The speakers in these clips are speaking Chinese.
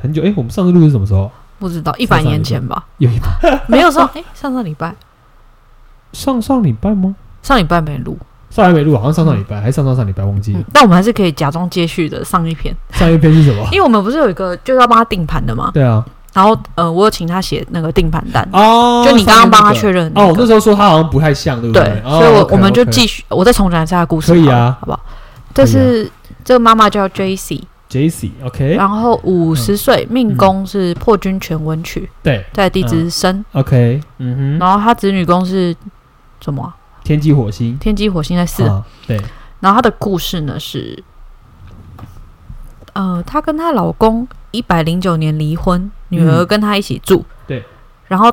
很久，哎、我们上次录是什么时候？不知道一百年前吧，有一没有说哎、上上礼拜上上礼拜吗？上礼拜没录、上还没录，好像上上礼拜还是上上上礼拜忘记了嗯。，但我们还是可以假装接续的上一篇，上一篇是什 么？因为我们不是有一个就是要帮他定盘的嘛，对啊，然后呃，我有请他写那个定盘单，哦，就你刚刚帮他上一确篇认那的个。哦，那我个那时候说他好像不太像，对不对，哦所以我 OK，我们就 OK 继续，我再重讲一下故事，可以啊，好不好？这是这个妈妈叫 J C， JC，OK，然后五十岁，命宫是破军全文曲，对在地支申， ，OK，嗯哼，然后他子女宫是什么啊？天机火星天机火星在四，啊对，然后她的故事呢是，呃，她跟她老公一百零九年离婚，女儿跟她一起住，对，然后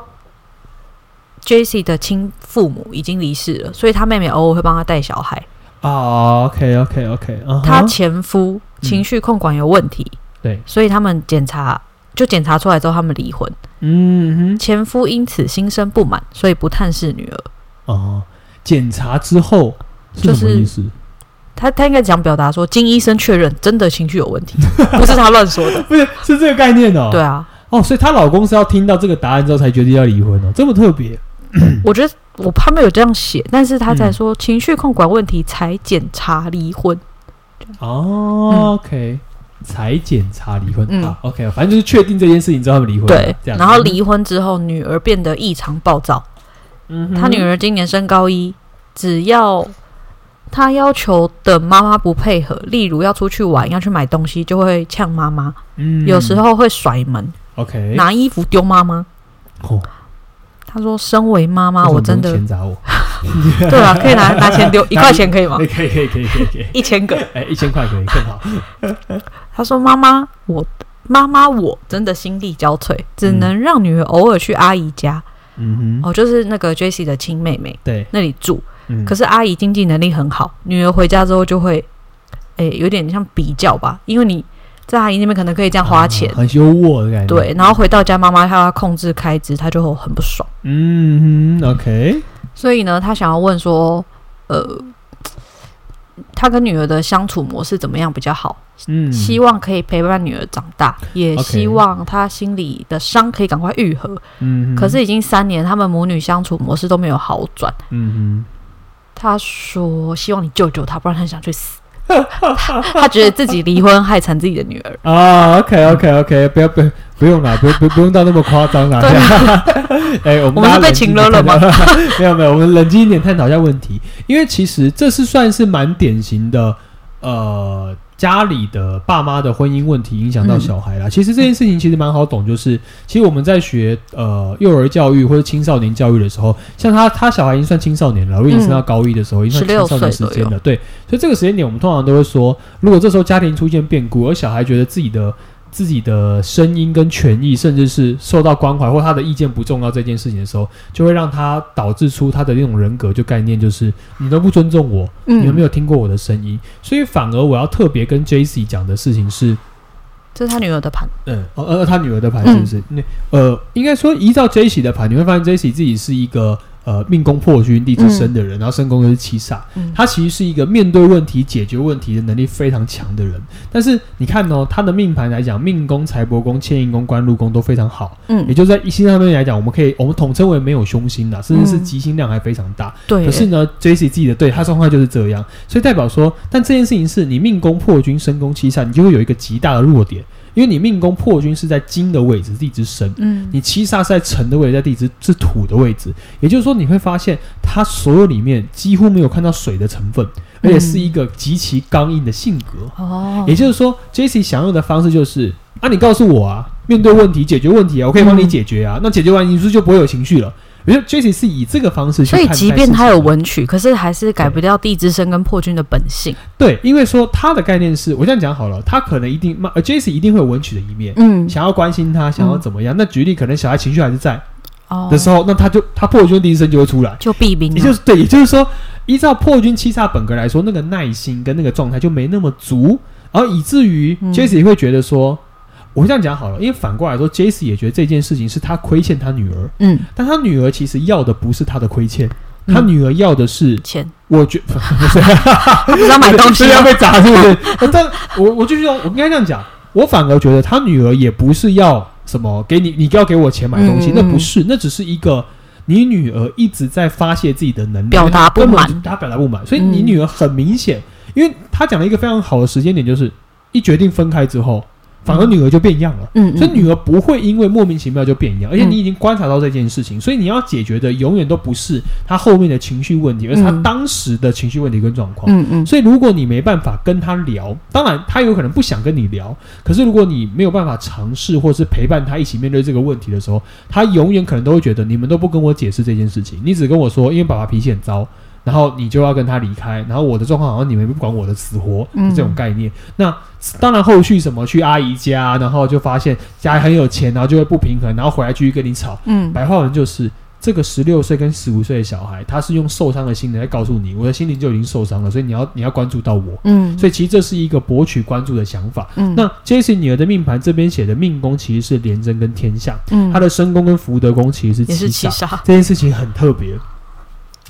J C 的亲父母已经离世了，所以她妹妹偶尔会帮她带小孩。啊，OK，OK，OK，啊她哈，前夫情绪控管有问题，对，所以他们检查就检查出来之后，他们离婚。嗯前夫因此心生不满，所以不探视女儿。哼，哦，检查之后就是什么意思？他他应该想表达说，经医生确认，真的情绪有问题，不是他乱说的。不是是这个概念哦，对啊，哦，所以她老公是要听到这个答案之后才决定要离婚哦，这么特别我觉得我他没有这样写，但是他嗯在说情绪控管问题才检查离婚。嗯哦，OK，才检查离婚嗯啊，OK，反正就是确定这件事情之后他们离婚了，对，这样，然后，离婚之后，女儿变得异常暴躁。嗯他女儿儿今年升高一，只要他要求的妈妈不配合，例如要出去玩、要去买东西，就会呛妈妈，有时候会甩门，嗯 OK，拿衣服丢妈妈。哦他说：“身为妈妈，为什么我不真用的钱砸我，对啊，可以拿拿 钱丢一块钱可以吗哎？可以可以可以可以可以。一千个。哎，一千块可以更好。”他说：“妈妈，我妈妈我真的心力交瘁，嗯只能让女儿偶尔去阿姨家、嗯哼，哦，就是那个 Jessie 的亲妹妹对，那里住。嗯，可是阿姨经济能力很好，女儿回家之后就会，诶、有点像比较吧，因为你在阿姨那边可能可以这样花钱，啊很优渥的感觉。对，，然后回到家妈妈她要控制开支，她就很不爽，嗯哼，OK，所以呢，她想要问说，呃，她跟女儿的相处模式怎么样比较好？嗯，希望可以陪伴女儿长大，也 OK 希望她心里的伤可以赶快愈合。嗯哼，可是已经三年，他们母女相处模式都没有好转。嗯他说：“希望你救救他，不然他很想 去死。他”他觉得自己离婚害惨自己的女儿。哼，啊，OK，OK，OK，不要不不用啦，不不不用到那么夸张啦。嗯对啊 哎，我我们们大家是被冷静请一了了点吗？ 没有没有，我们冷静一点探讨一下问题，因为其实这是算是蛮典型的，呃，家里的爸妈的婚姻问题影响到小孩嗯啦。其实这件事情其实蛮好懂，就是其实我们在学呃幼儿教育或者青少年教育的时候，像他他小孩已经算青少年了，如果嗯你升到高一的时候，已经算青少年时间16岁左了，对，所以这个时间点我们通常都会说，如果这时候家庭出现变故，而小孩觉得自己的自己的声音跟权益，甚至是受到关怀或他的意见不重要这件事情的时候，就会让他导致出他的那种人格就概念，就是你都不尊重我，你有没有有？听过我的声音？所以反而我要特别跟 J C 讲的事情是，这是他女儿的盘。嗯，哦，呃，他女儿的盘嗯是不是？那、呃，应该说依照 J C 的盘，你会发现 J C 自己是一个呃命宫破军地支生的人，然后身宫又是七煞，嗯他其实是一个面对问题、解决问题的能力非常强的人。但是你看哦，他的命盘来讲，命宫、财帛宫、迁移宫、官禄宫都非常好，也嗯，就是在一星上面来讲，我们可以我们统称为没有凶星啦，甚至是嗯吉星量还非常大。对。可是呢，J C 自己的对他状况就是这样，所以代表说，但这件事情是你命宫破军、身宫七煞，你就会有一个极大的弱点，因为你命宫破军是在金的位置，地支神。嗯，你七煞是在辰的位置，在地支是土的位置，也就是说你会发现它所有里面几乎没有看到水的成分，而且是一个极其刚硬的性格。哦，也就是说，Jesse 享用的方式就是啊，你告诉我啊，面对问题解决问题啊，我可以帮你解决啊。那解决完你是不是就不会有情绪了？也就是 Jesse 是以这个方式去所看以待即便他事有情的文曲，可是还是改不掉地之声跟破军的本性。对，因为说他的概念是我这样讲好了，他可能一定妈呃 Jesse 一定会有文曲的一面。嗯，想要关心他，想要怎么样？那举例，可能小孩情绪还是在哦嗯的时候，那他就他破军第一声就会出来。就避兵也了。就是对，也就是说，依照破军七煞本格来说，那个耐心跟那个状态就没那么足，而以至于嗯 Jesse 会觉得说，我这样讲好了，因为反过来说，Jesse 也觉得这件事情是他亏欠他女儿，嗯，但他女儿其实要的不是他的亏欠，嗯他女儿要的是，钱我觉他不是要买东西是啊要 吗？啊 被砸是不是？但我我继续说，我应该这样讲。我反而觉得他女儿也不是要什么给你，你要给我钱买东西，嗯那不是，那只是一个你女儿一直在发泄自己的能力，表达不满因为她根本就，她表达不满，所以你嗯女儿很明显，因为她讲了一个非常好的时间点，就是一决定分开之后，反而女儿就变样了。嗯，嗯所以女儿不会因为莫名其妙就变样，而且嗯你已经观察到这件事情，所以你要解决的永远都不是她后面的情绪问题，而是她嗯当时的情绪问题跟状况。嗯嗯所以如果你没办法跟他聊，当然他有可能不想跟你聊，可是如果你没有办法尝试或是陪伴他一起面对这个问题的时候，他永远可能都会觉得你们都不跟我解释这件事情，你只跟我说因为爸爸脾气很糟。然后你就要跟他离开，然后我的状况好像你们不管我的死活，嗯是这种概念。那当然后续什么去阿姨家，然后就发现家里很有钱，然后就会不平衡，然后回来继续跟你吵，嗯白话文就是这个十六岁跟十五岁的小孩，他是用受伤的心灵在告诉你，我的心灵就已经受伤了，所以你要你要关注到我。嗯，所以其实这是一个博取关注的想法。嗯那 Jesse 女儿的命盘这边写的命宫其实是廉贞跟天相，嗯她的身宫跟福德宫其实也是是七七煞，杀，这件事情很特别。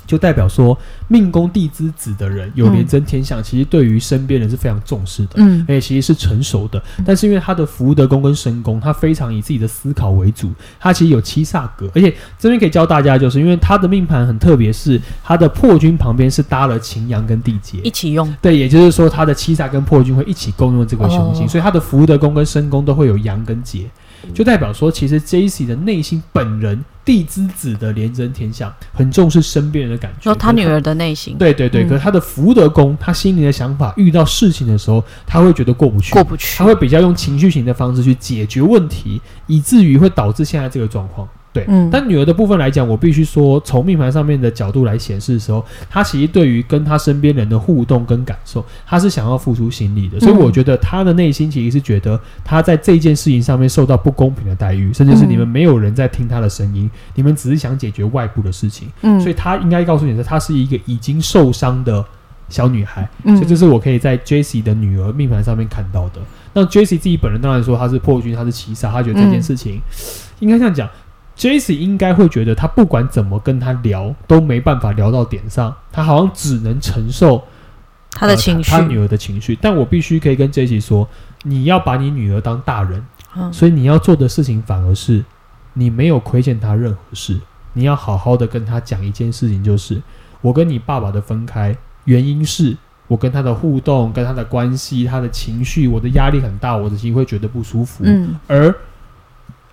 就代表说，命宫地支子的人有廉贞天相，其实对于身边人是非常重视的。嗯而且其实是成熟的。但是因为他的福德宫跟身宫，他非常以自己的思考为主，他其实有七煞格，而且这边可以教大家，就是因为他的命盘很特别，是他的破军旁边是搭了擎羊跟地劫一。起用，对，也就是说，他的七煞跟破军会一起共用这个凶星，哦所以他的福德宫跟身宫都会有羊跟劫，就代表说，其实 J C 的内心本人地之子的廉贞天相，很重视身边人的感觉。说他可是女儿的内心对对对，嗯可是他的福德宫，他心里的想法，遇到事情的时候，他会觉得过不去，过不去他，会比较用情绪型的方式去解决问题，以至于会导致现在这个状况。对，嗯但女儿的部分来讲，我必须说，从命盘上面的角度来显示的时候，她其实对于跟她身边人的互动跟感受，她是想要付出心力的。所以嗯我觉得她的内心其实是觉得她在这件事情上面受到不公平的待遇，甚至是嗯你们没有人在听她的声音，你们只是想解决外部的事情。嗯，所以她应该告诉你的，她是一个已经受伤的小女孩。所以这嗯是我可以在 Jessie 的女儿命盘上面看到的。那 Jessie 自己本人当然说她是破军，她是七杀，她觉得这件事情、嗯应该这样讲。Jessie 应该会觉得她不管怎么跟她聊都没办法聊到点上，她好像只能承受他的呃情绪她，女儿的情绪。但我必须可以跟 Jessie 说，你要把你女儿当大人，嗯所以你要做的事情反而是你没有亏欠她任何事，你要好好的跟她讲一件事情，就是我跟你爸爸的分开原因是我跟他的互动、跟他的关系、他的情绪，我的压力很大，我的心会觉得不舒服。嗯而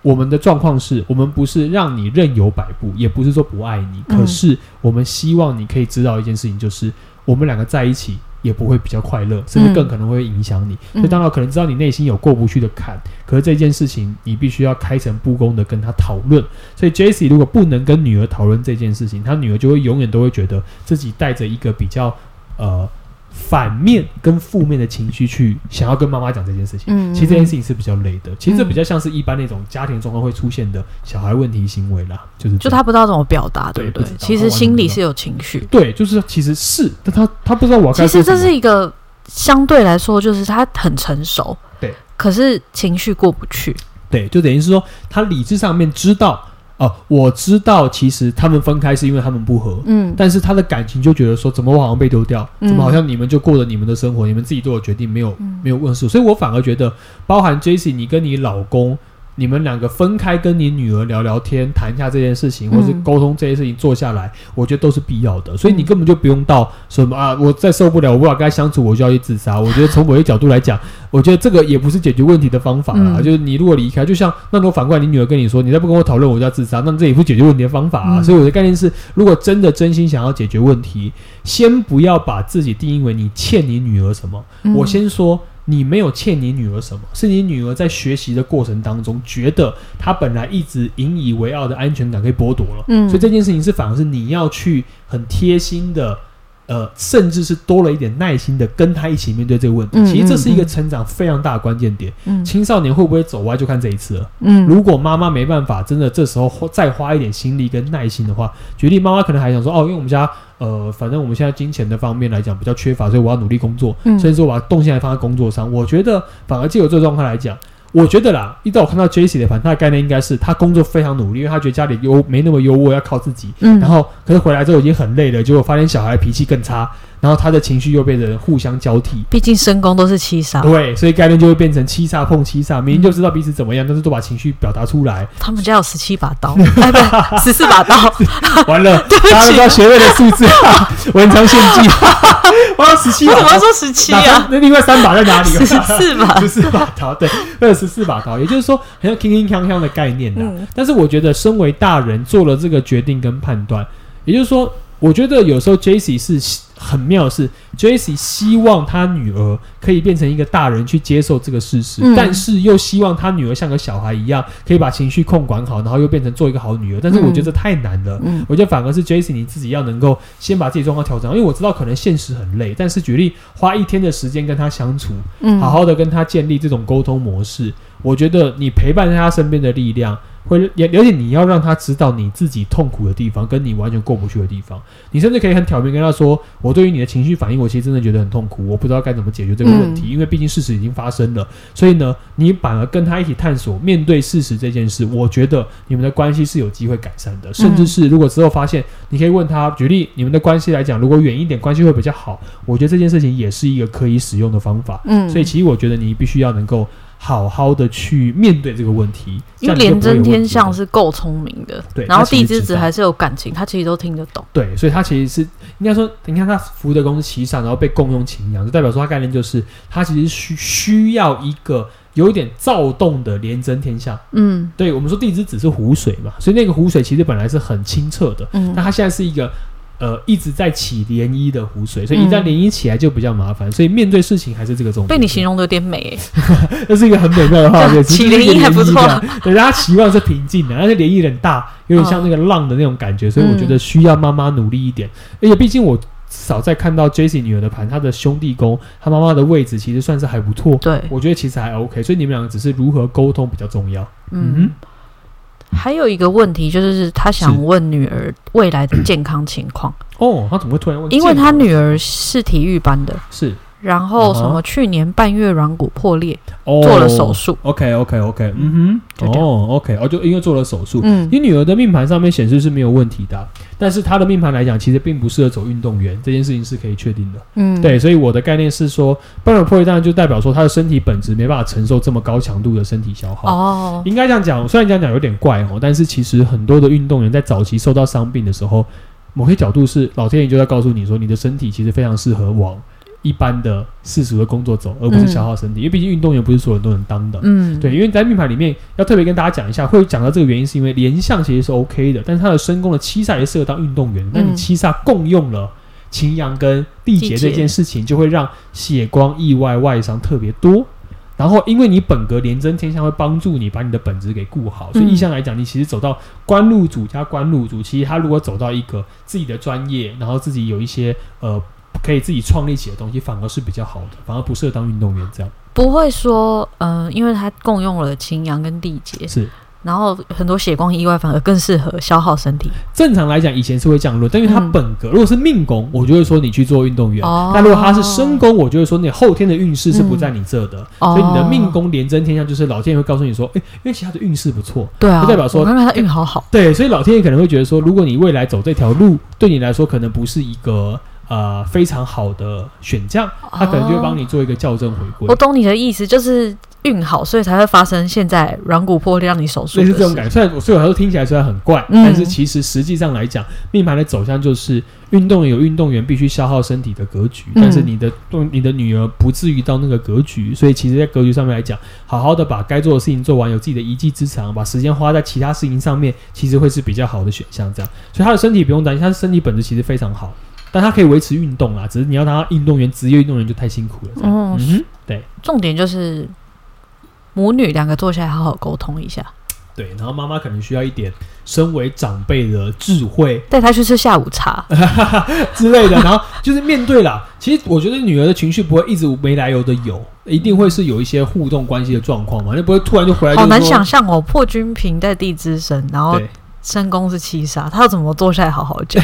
我们的状况是我们不是让你任由摆布，也不是说不爱你，嗯可是我们希望你可以知道一件事情，就是我们两个在一起也不会比较快乐，甚至更可能会影响你。嗯所以当然可能知道你内心有过不去的坎，可是这件事情你必须要开诚布公的跟他讨论。所以 Jesse 如果不能跟女儿讨论这件事情，他女儿就会永远都会觉得自己带着一个比较呃反面跟负面的情绪去想要跟妈妈讲这件事情。嗯，其实这件嗯事情是比较累的，其实这比较像是一般那种家庭状况会出现的小孩问题行为啦，就是这就样他不知道怎么表达，对对不不知对？道其他完实全心不里知是有情绪，对，就是其实是，但他他不知道我该其说实什这么。是一个相对来说，就是他很成熟，对，可是情绪过不去，对，就等于是说他理智上面知道哦、我知道其实他们分开是因为他们不和，嗯但是他的感情就觉得说，怎么我好像被丢掉，嗯怎么好像你们就过了你们的生活，你们自己都有决定，没有嗯没有问世，所以我反而觉得，包含 Jessie，你跟你老嗯公，你们两个分开跟你女儿聊聊天，谈一下这件事情，或是嗯沟通这些事情，坐下来，我觉得都是必要的，所以你根本就不用到什么啊，我再受不了，我不知道该相处，我就要去自杀。我觉得从我的角度来讲，我觉得这个也不是解决问题的方法啦，嗯就是你如果离开，就像那如果反过来，你女儿跟你说，你再不跟我讨论，我就要自杀，那这也不是解决问题的方法啊。嗯所以我的概念是，如果真的真心想要解决问题，先不要把自己定义为你欠你女儿什么。嗯我先说，你没有欠你女儿什么，是你女儿在学习的过程当中，觉得她本来一直引以为傲的安全感被剥夺了。嗯，所以这件事情是反而是你要去很贴心的，呃，甚至是多了一点耐心的跟他一起面对这个问题。嗯其实这是一个嗯嗯成长非常大的关键点。嗯青少年会不会走歪，就看这一次了。嗯如果妈妈没办法，真的这时候花再花一点心力跟耐心的话，举例妈妈可能还想说，哦，因为我们家呃，反正我们现在金钱的方面来讲比较缺乏，所以我要努力工作，嗯所以说我把重心还放在工作上。我觉得反而借由这个状况来讲。我觉得啦，一到我看到 J C 的盘，他的概念应该是他工作非常努力，因为他觉得家里优没那么优渥，要靠自己。嗯，然后可是回来之后已经很累了，结果发现小孩脾气更差，然然后他的情绪又被人互相交替。毕竟深宫都是七杀，对，所以概念就会变成七煞碰七煞，明嗯明就知道彼此怎么样，但是都把情绪表达出 来，他们家有十七把 刀，哎，不，十四把刀，完了，对不大家都知道起，学位的数字，文昌献 祭，哇，十七我把怎么刀，说十七哪三啊？那另外三把在哪里？十四把十，四把刀， 对，二十四把刀，也就是说，很像铿铿锵锵的概念呐、嗯但是我觉得，身为大人做了这个决定跟判断，也就是说，我觉得有时候 j c 是希很妙的是 j c 希望他女儿可以变成一个大人去接受这个事实，嗯但是又希望他女儿像个小孩一样，可以把情绪控管好，然后又变成做一个好女儿。但是我觉得这太难了。嗯我觉得反而是 Jason 你自己要能够先把自己状况调整好，因为我知道可能现实很累，但是举例花一天的时间跟他相处，嗯，好好的跟他建立这种沟通模式，我觉得你陪伴在他身边的力量，会也而且你要让他知道你自己痛苦的地方，跟你完全过不去的地方。你甚至可以很挑明跟他说：“我对于你的情绪反应，我其实真的觉得很痛苦，我不知道该怎么解决这个问题，因为毕竟事实已经发生了。所以呢，你反而跟他一起探索面对事实这件事，我觉得你们的关系是有机会改善的。甚至是如果之后发现，你可以问他，举例你们的关系来讲，如果远一点，关系会比较好。我觉得这件事情也是一个可以使用的方法。嗯，所以其实我觉得你必须要能够好好的去面对这个问题，这因为样廉你就不会有贞问题天相了是够聪明的，对然后他其地实之知子道还是有感情，他其实都听得懂。对，所以他其实是应该说，你看他福德宫是七煞，然后被共用擎羊，就代表说他概念就是他其实需需要一个有一点躁动的廉贞天相。嗯对我们说地之子是湖水嘛，所以那个湖水其实本来是很清澈的，那嗯它现在是一个呃一直在起涟漪的湖水，所以一旦涟漪起来就比较麻烦，所以面对事情还是这个重点。嗯被你形容的有点美、欸，这是一个很美妙的画面， 起只是涟一漪个还不错这样。对，大家期望是平静的，但是涟漪有点大，有点像那个浪的那种感嗯觉，所以我觉得需要妈妈努力一点。而且毕竟我至少在看到 Jessie 女儿的盘，她的兄弟宫，她妈妈的位置其实算是还不错，对，我觉得其实还 OK。所以你们两个只是如何沟通比较重要。嗯。还有一个问题就是，他想问女儿未 来的健康情况，哦，她怎么会突然问这因个？为他女儿是体育班的，是然后什嗯么哼去年半月软骨破裂，哦做了手。术。 OK OK OK，嗯哼，就这样哦 OK，哦就因为做了手术，嗯你女儿的命盘上面显示是没有问题的啊、但是她的命盘来讲，其实并不适合走运动员，这件事情是可以确定的。嗯，对，所以我的概念是说，半软破裂当然就代表说她的身体本质没办法承受这么高强度的身体消耗。哦，应该这样讲，虽然这样讲有点怪哦，但是其实很多的运动员在早期受到伤病的时候，某些角度是老天爷就在告诉你说，你的身体其实非常适合往一般的世俗的工作走，而不是消耗身体，因为毕竟运动员不是所有人都能当的。嗯，对，因为在命盘里面要特别跟大家讲一下，会讲到这个原因，是因为连相其实是 OK 的，但是他的身宫的七煞也适合当运动员。那、你嗯七煞共用了擎羊跟地劫这件事情，就会让血光、意外、外伤特别多。然后，因为你本格连贞天相会帮助你把你的本质给顾好，所以嗯意向来讲，你其实走到官禄主加官禄主，其实他如果走到一个自己的专业，然后自己有一些呃可以自己创立起的东西，反而是比较好的，反而不适合当运动员这样。不会说，嗯、因为他共用了擎羊跟地劫，是，然后很多血光意外反而更适合消耗身体。正常来讲，以前是会这样论，但因为他嗯本格，如果是命宫，我就会说你去做运动员；哦那如果他是身宫，我就会说你后天的运势是不在你这的，哦所以你的命宫连贞天相，就是老天爷会告诉你说，哎、因为其他的运势不错，对啊，就代表说我看看他运好好。对，所以老天爷可能会觉得说，如果你未来走这条路，对你来说可能不是一个呃非常好的选项，哦他可能就会帮你做一个校正回归。我懂你的意思，就是运好，所以才会发生现在软骨破裂让你手术类的似事。这种感觉，虽然所以我说听起来虽然很怪，嗯但是其实实际上来讲，命盘的走向就是运动员有运动员必须消耗身体的格局，嗯但是你的动你的女儿不至于到那个格局，所以其实，在格局上面来讲，好好的把该做的事情做完，有自己的一技之长，把时间花在其他事情上面，其实会是比较好的选项。这样，所以她的身体不用担心，她的身体本质其实非常好，但她可以维持运动啦，只是你要当她运动员，职业运动员就太辛苦了。这样嗯嗯哼，对。重点就是母女两个坐下来好好沟通一下，对，然后妈妈可能需要一点身为长辈的智慧，带她去吃下午 茶。之类的，然后就是面对啦。其实我觉得女儿的情绪不会一直没来由的有，一定会是有一些互动关系的状况嘛，那不会突然就回来就好是难说想哦象哦，破军平在地之神，然后对，身宫是七杀，他要怎么坐下来好好讲？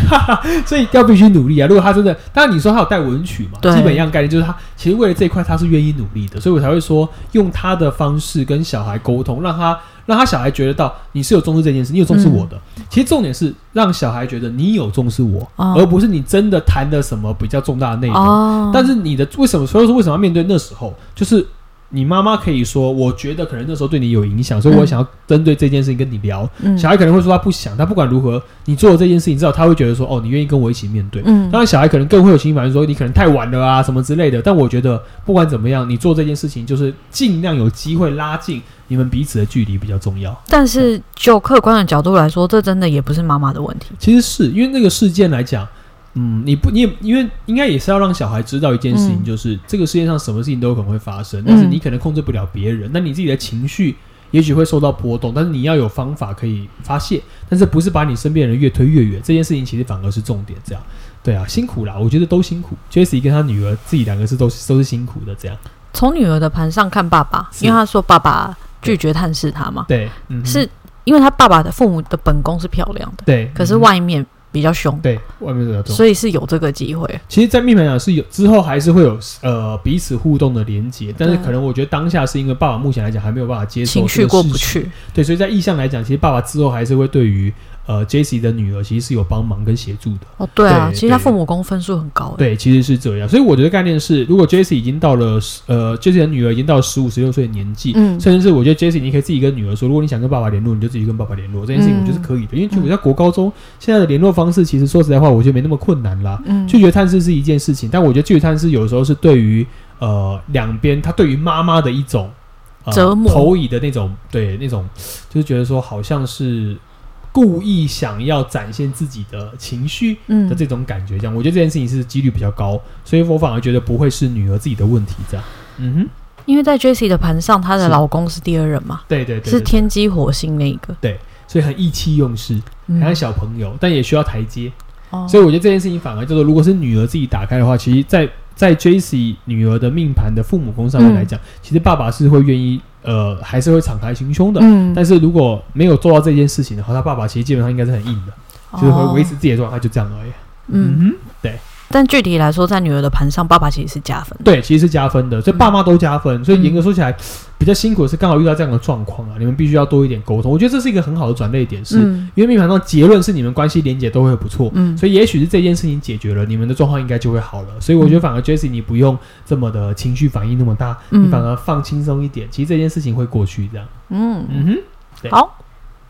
所以要必须努力啊！如果她真的，当然你说她有带文曲嘛，对基本一样概念，就是她其实为了这一块她是愿意努力的，所以我才会说用她的方式跟小孩沟通，让她让她小孩觉得到你是有重视这件事，你有重视我的。其实重点是让小孩觉得你有重视我，嗯哦而不是你真的谈了什么比较重大的内容。哦，但是你的为什么？所以说为什么要面对那时候？就是你妈妈可以说，我觉得可能那时候对你有影响，所以我嗯想要针对这件事情跟你聊。嗯小孩可能会说他不想，但不管如何，你做了这件事情之后，他会觉得说，哦，你愿意跟我一起面对。嗯当然，小孩可能更会有情绪反应，说你可能太晚了啊，什么之类的。但我觉得不管怎么样，你做这件事情就是尽量有机会拉近你们彼此的距离比较重要。但是就客观的角度来说，这真的也不是妈妈的问题。其实是因为那个事件来讲，嗯，你不，你也因为应该也是要让小孩知道一件事情，嗯就是、这个世界上什么事情都有可能会发生，但是嗯你可能控制不了别人，那你自己的情绪也许会受到波动，但是你要有方法可以发泄，但是不是把你身边的人越推越远，这件事情其实反而是重点，这样。对啊，辛苦啦，我觉得都辛苦。Jesse 跟他女儿自己两个是都是都是辛苦的，这样。从女儿的盘上看爸爸，是因为她说爸爸拒绝探视她嘛，对，嗯哼，是因为她爸爸的父母的本宫是漂亮的，对。可是嗯哼外面比较凶，对外面比较重，所以是有这个机会。其实，在命盘讲是有之后还是会有呃彼此互动的连接，但是可能我觉得当下是因为爸爸目前来讲还没有办法接受情绪这个过事不实，去，对，所以在意向来讲，其实爸爸之后还是会对于呃 Jesse 的女儿其实是有帮忙跟协助的，哦，对啊，对其实他对父母宫分数很高，对，其实是这样，所以我觉得概念是，如果 Jesse 已经到了十呃 Jesse 的女儿已经到十五十六岁的年纪，嗯甚至是我觉得 Jesse 你可以自己跟女儿说，如果你想跟爸爸联络，你就自己跟爸爸联络，这件事情我觉得是可以的，因为我在国高中现在的联络方式，其实说实在话，我觉得没那么困难啦，嗯，拒绝探视是一件事情，但我觉得拒绝探视有时候是对于呃两边他对于妈妈的一种、呃折磨投以的那种对那种，就是觉得说好像是故意想要展现自己的情绪嗯的这种感觉，这样、我觉得这件事情是几率比较高，所以我反而觉得不会是女儿自己的问题这样。嗯哼，因为在 Jessie 的盘上，她的是老公是第二任嘛，对对对是对天机火星那一个，所以很意气用事，嗯很像小朋友，但也需要台阶。哦所以我觉得这件事情反而叫做，如果是女儿自己打开的话，其实在，在 Jesse 女儿的命盘的父母宫上面来讲，嗯其实爸爸是会愿意，呃，还是会敞开心胸的。嗯，但是如果没有做到这件事情的话，他爸爸其实基本上应该是很硬的，就是哦会维持自己的状态，就这样而已。嗯，哼，但具体来说，在女儿的盘上，爸爸其实是加分的，对，其实是加分的，所以爸妈都加分。嗯所以严格说起来，比较辛苦的是刚好遇到这样的状况啊，你们必须要多一点沟通。我觉得这是一个很好的转捩点，是、嗯因为命盘上结论是你们关系连结都会不错，嗯，所以也许是这件事情解决了，你们的状况应该就会好了。所以我觉得反而 Jesse 你不用这么的情绪反应那么大，嗯你反而放轻松一点，其实这件事情会过去。这样，嗯，嗯哼，对好，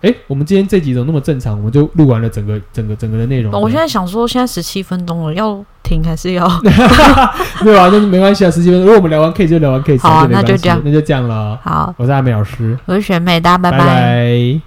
哎、我们今天这集怎么那么正常？我们就录完了整个整个整个的内容。我现在想说，现在十七分钟了，要停 还是要？没有啊，那就没关系啊，十几分钟。如果我们聊完 K 就聊完 K，好啊没关系那就这样那就这样了。好，我是阿美老师，我是选美，大家拜拜拜